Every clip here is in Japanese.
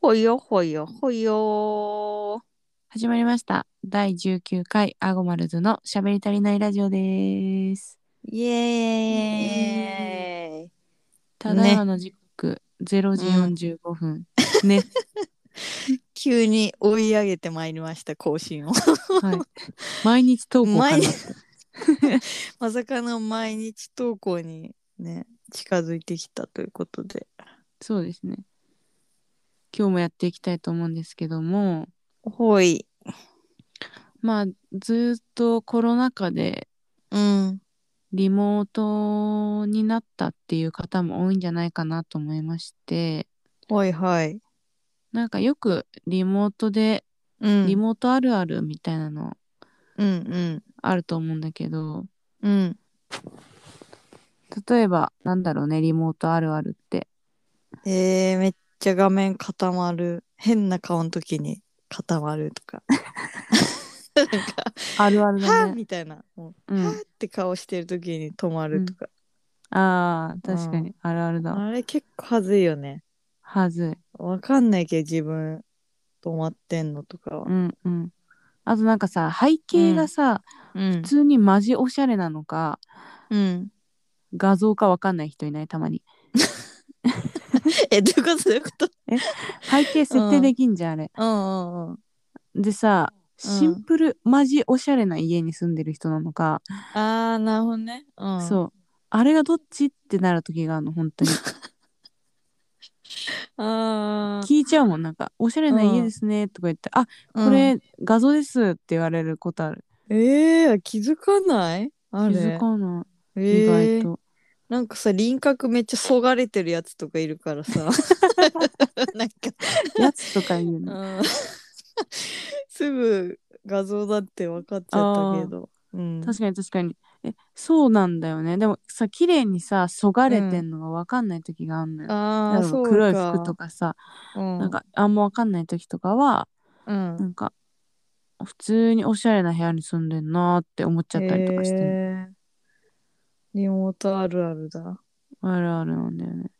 ほよほよほよー。始まりました。第19回アゴマルズのしゃべり足りないラジオです。イエーイ。ただいまの時刻、0時45分。 ね。急に追い上げてまいりました、更新を。はい。毎日投稿かな毎。日 まさかの毎日投稿にね、近づいてきたということで。そうですね。今日もやっていきたいと思うんですけども、ほい。まあ、ずっとコロナ禍でうん。リモートになったっていう方も多いんじゃないかなと思いまして、ほいはい。なんかよくリモートで、うんリモートあるあるみたいなのうんあると思うんだけどうん。うん。例えばなんだろうねリモートあるあるってえー、めっちゃ画面固まる。変な顔の時に固まるとか。なんか、あるあはるだぁね、みたいな。もううはぁんっ、て顔してる時に止まるとか、あー確かにあるあるだわあれ結構はずいよねはずいわかんないけど自分止まってんのとかはう、んうんあとなんかさ背景がさ、うん普通にマジおしゃれなのかうん、画像かわかんない人いないたまに えどういうことどういうこと背景設定できんじゃん、あれうんうんうんでさシンプル、マジおしゃれな家に住んでる人なのか、あーなるほどね、うん、うそうあれがどっちってなる時があるの本当にあー聞いちゃうもんなんか「おしゃれな家ですね」とか言って「あうんこれ、画像ですって言われることある。えー、気づかないあ気れづかなえい。意ー外と。なんかさ輪郭めっちゃそがれてるやつとかいるから さなんか、やつとか言うの。うん、すぐ画像だって分かっちゃったけど、うん、確かに確かに。え、そうなんだよね。でもさ、綺麗にさ、そがれてんのがわかんない時があんのよ。あなあんだろそううか黒い服とかさ、うん、なんかあんまわかんない時とかは、うんなんか、普通におしゃれな部屋に住んでんなーって思っちゃったりとかしてる、へーリモートあるあるだあるあるなんだよね。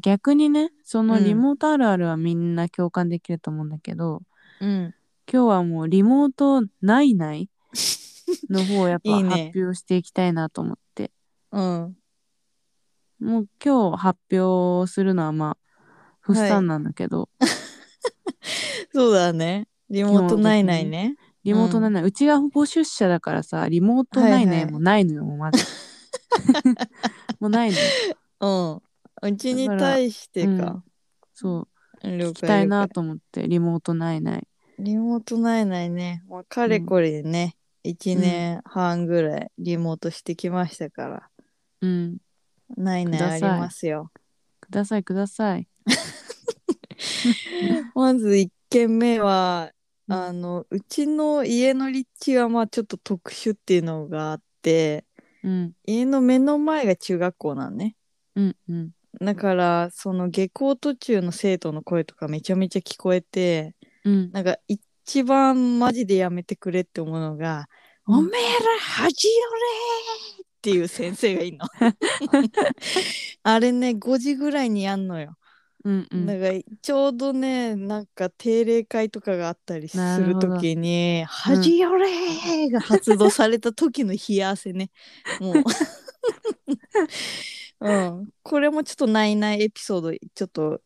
逆にね、そのリモートあるあるはみんな共感できると思うんだけど、うん今日はもうリモートないないの方をやっ いぱい発ね表していきたいなと思ってうんもう今日発表するのはまあ不はいんなんだけど、そうだねリモートないないねリモートないない、うちが保護出社だからさリモートないはいなはいいもうないのよ、もう まずもうないのようんうちに対してだからか、そう了聞きたい解な了解と思ってリモートないないリモートないないねもうかれこれね、一1年半ぐらいリモートしてきましたから、うんないないくだあさりいますよくださいくださいまず1軒目は、うんあのうちの家の立地がまあちょっと特殊っていうのがあってうん家の目の前が中学校なんねうんうんだからその下校途中の生徒の声とかめちゃめちゃ聞こえてうんなんか一番マジでやめてくれって思うのが「うんおめえら恥よれ!」っていう先生がいいの。 あれね5時ぐらいにやんのよ。うんうんだからちょうどねなんか定例会とかがあったりすなるるほど時に「恥よれ!」が発動された時の冷や汗 ねもう、うん、これもちょっとないないエピソードちょっと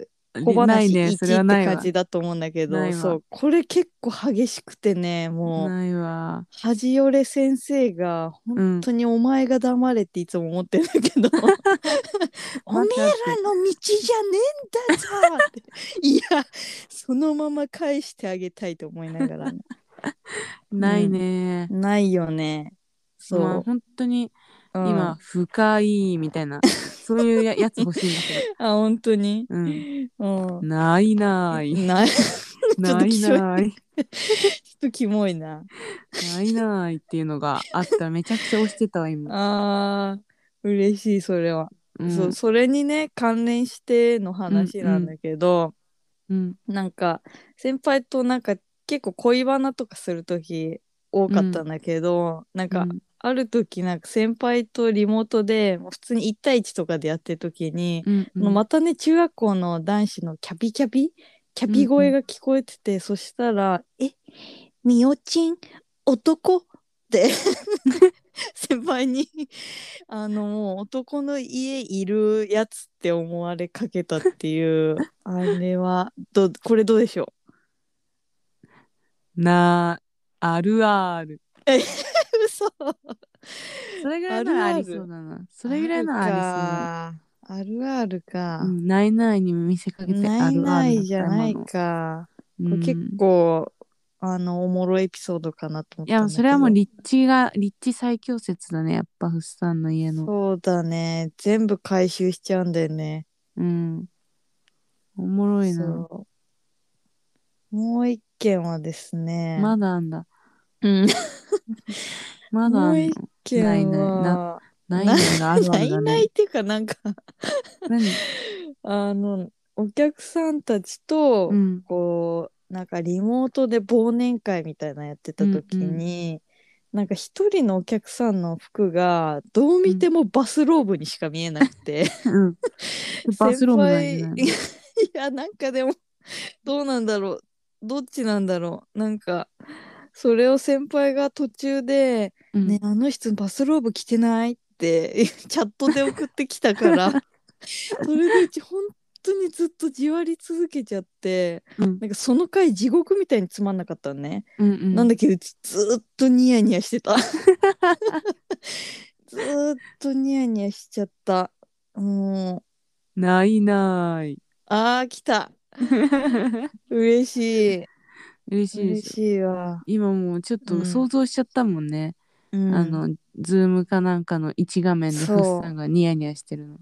小な話い一ねきそっれてはないわ感じだと思うんだけないどわそうこれ結構激しくてねもう、ないわ恥よれ先生が本当にお前が黙れっていつも思ってるんだけ ど、おめえらの道じゃねえんだぞっていやそのまま返してあげたいと思いながらねないね、ないよねそう、まあ本当にうん今、深いみたいなそういうややつ欲しいんだあ本当にけど、 うん、うんないなーいない ちょっなとい気象なーいょっとキモいなないなーいっていうのがあったらめちゃくちゃ押してたわ今、 あー嬉しいそれは、うん、そうそれにね関連しての話なんだけど、うんなんか先輩となんか結構恋バナとかする時多かったんだけど、なんうかんある時なんか先輩とリモートでもう普通に1対1とかでやってる時に、うんまたね中学校の男子のキャピキャピキャピ声が聞こえてて、そしたら「えみおちん男?」って先輩にあのもう男の家いるやつって思われかけたっていうあれはどこれどうでしょなあるあるう 嘘それぐらいならあるああるりそうだなそれぐらいならありそうあるあるかう。ん、ないないに見せかけてなあいるあなるいじゃないか。これ結構構、あのおもろいエピソードかなと思っいたんだけど。やそれはもう立地が立地最強説だねやっぱフスさんの家のそうだね。全部回収しちゃうんだよね。うんおもろいなそうもう一件はですね。まだあんだうん、 まだもあうんの一件はないないなないないがな いあるあるだなねいっていうかなんか何あのお客さんたちと、うんこうなんかリモートで忘年会みたいなのやってた時に、なんか一人のお客さんの服がどう見てもバスローブにしか見えなくて、うん バスローブなんじゃない 先輩いやなんかでもどうなんだろうどっちなんだろうなんかそれを先輩が途中で「うんねあの人バスローブ着てない?」って チャットで送ってきたから それでうち本当にずっとじわり続けちゃってうんなんかその回地獄みたいにつまんなかったのね、うんうんなんだけどうちずーっとニヤニヤしてた ずーっとニヤニヤしちゃったうんないないあー来 た嬉しい嬉しいで嬉すしいわ、今もうちょっうとん想像しちゃったもんね、うんあのズームかなんかの一画面でそうフスさんがニヤニヤしてるの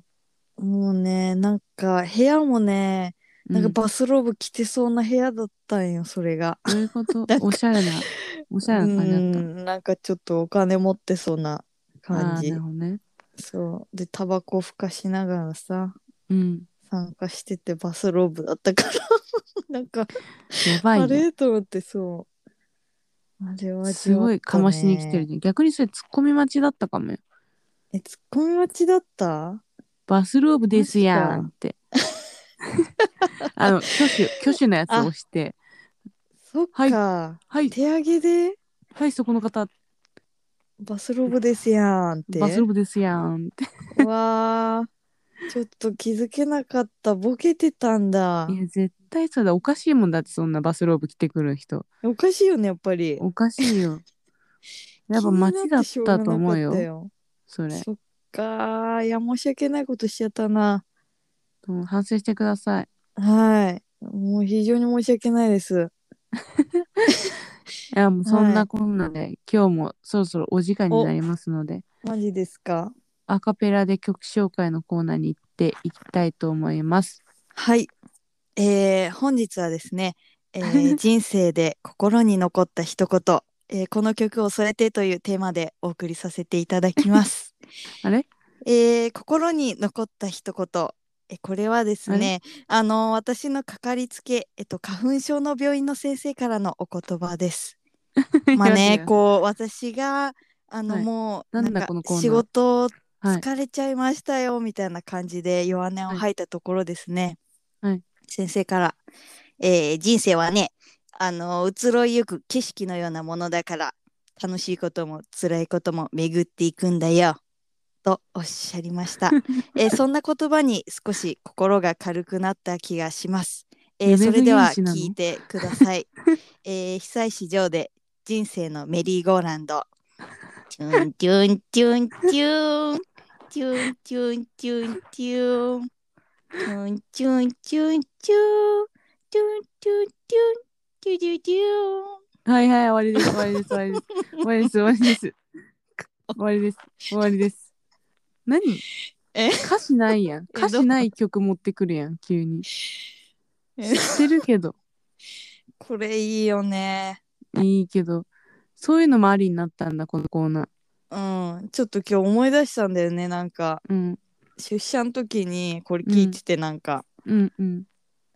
もうねなんか部屋もねなんかバスローブ着てそうな部屋だったんよそれが。どういうことなんかおしゃれな、おしゃれな感じだっうんなんかちょっとお金持ってそうなた。あ感あー、じなるほどね。そうでタバコふかしながらさうん。参加しててバスローブだったから なんかやばあいね。れと思ってそうあれはすごいかましに来てるね。逆にそれツッコミ待ちだったかもよ。えツッコミ待ちだったバスローブですやんマって。あの、挙 手、挙手のやつを押して、そっか、はい、手上げではい、そこの方、バスローブですやんってバスローブですやんって。わあちょっと気づけなかったボケてたんだいや、絶対そうだ。おかしいもんだって、そんなバスローブ着てくる人。おかしいよねやっぱりおかし いよ。やっぱ街だ気になっったと思うてしょがなかったよ、よそれ。そっかーいや申し訳ないことしちゃったなうん反省してください。はいもう非常に申し訳ないですいやもうそんはいなこんなで、今日もそろそろお時間になりますのでマジですかアカペラで曲紹介のコーナーに行っていきたいと思います。はいえー、本日はですね、え ー人生で心に残った一言、えーこの曲を添えてというテーマでお送りさせていただきます あれえー心に残った一言えこれはですねあの私のかかりつけ、えっと、花粉症の病院の先生からのお言葉 です。 まあいねやこう私があの、はいもうなんだなんかこのコーナー仕事はい、疲れちゃいましたよみたいな感じで弱音を吐いたところですね、はい先生から、えー人生はねあの移ろいゆく景色のようなものだから楽しいことも辛いことも巡っていくんだよ」とおっしゃりました、えーそんな言葉に少し心が軽くなった気がします、えー夢そのれでは原始なの聞いてください、えー被災市場で人生のメリーゴーランドチュンチュンチュンチュンチュンチュンチュンチュンチュンチュンチュンチュンチュンチュンチュンチュンチュンチュはいはい終わりです終わりです終わりです終わりです終わりです終わりです終わりです何え歌詞ないやんえ歌詞ない曲持ってくるやん急に知えってるけどンこれいいよねいいけどそういうのもありになったんだこのコーナーうんちょっと今日思い出したんだよねなんかうん出社の時にこれ聞いててなんか、うんうん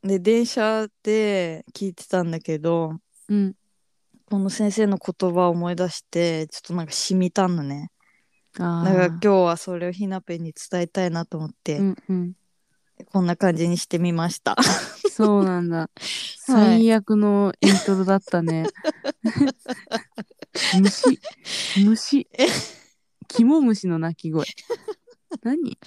で電車で聞いてたんだけどうんこの先生の言葉を思い出してちょっとなんか染みたんのねあだーから今日はそれをひなぺに伝えたいなと思って、うんうんこんな感じにしてみました。 そうなんだ。最悪のイントロだっ たね。虫、虫。キモムシの鳴き声。何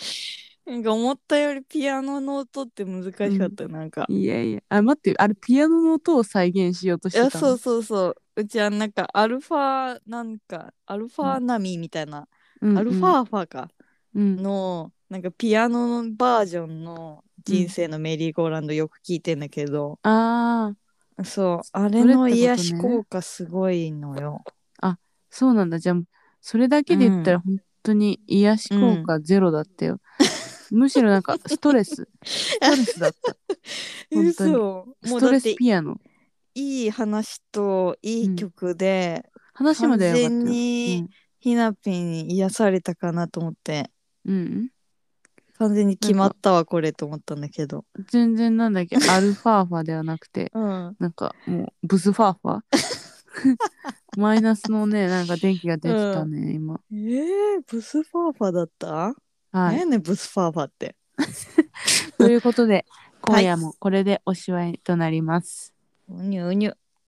なんか思ったよりピアノの音って難しかった、なんか。いやいや。あ、待って、あれピアノの音を再現しようとしいてやたそのうそうそううちはなんかアルファなんかアルファ波みたいな、うんうんアルファーファかうん。のなんかピアノのバージョンの「人生のメリーゴーランド」よく聞いてんだけど、ああ、そうあれれってことのね癒し効果すごいのよ。そうなんだ。じゃあ、それだけで言ったら本当に癒し効果ゼロだったよ。むしろなんかスト レス。ストレスだった。本当に嘘もスうトだレってスピアノ。いい話といい曲で、話まではよか完っ全たよ。にひなぴんに癒されたかなと思ってうん。うん完全に決まったわこれと思ったんだけど。全然なんだっけアルファーファではなくてうん、なんかもうブスファーファマイナスのねなんか電気が出てたね、今えー、ブスファーファだったは何いやねんブスファーファって。ということでは今い夜もこれでおしまいとなります、うにゅうにゅ。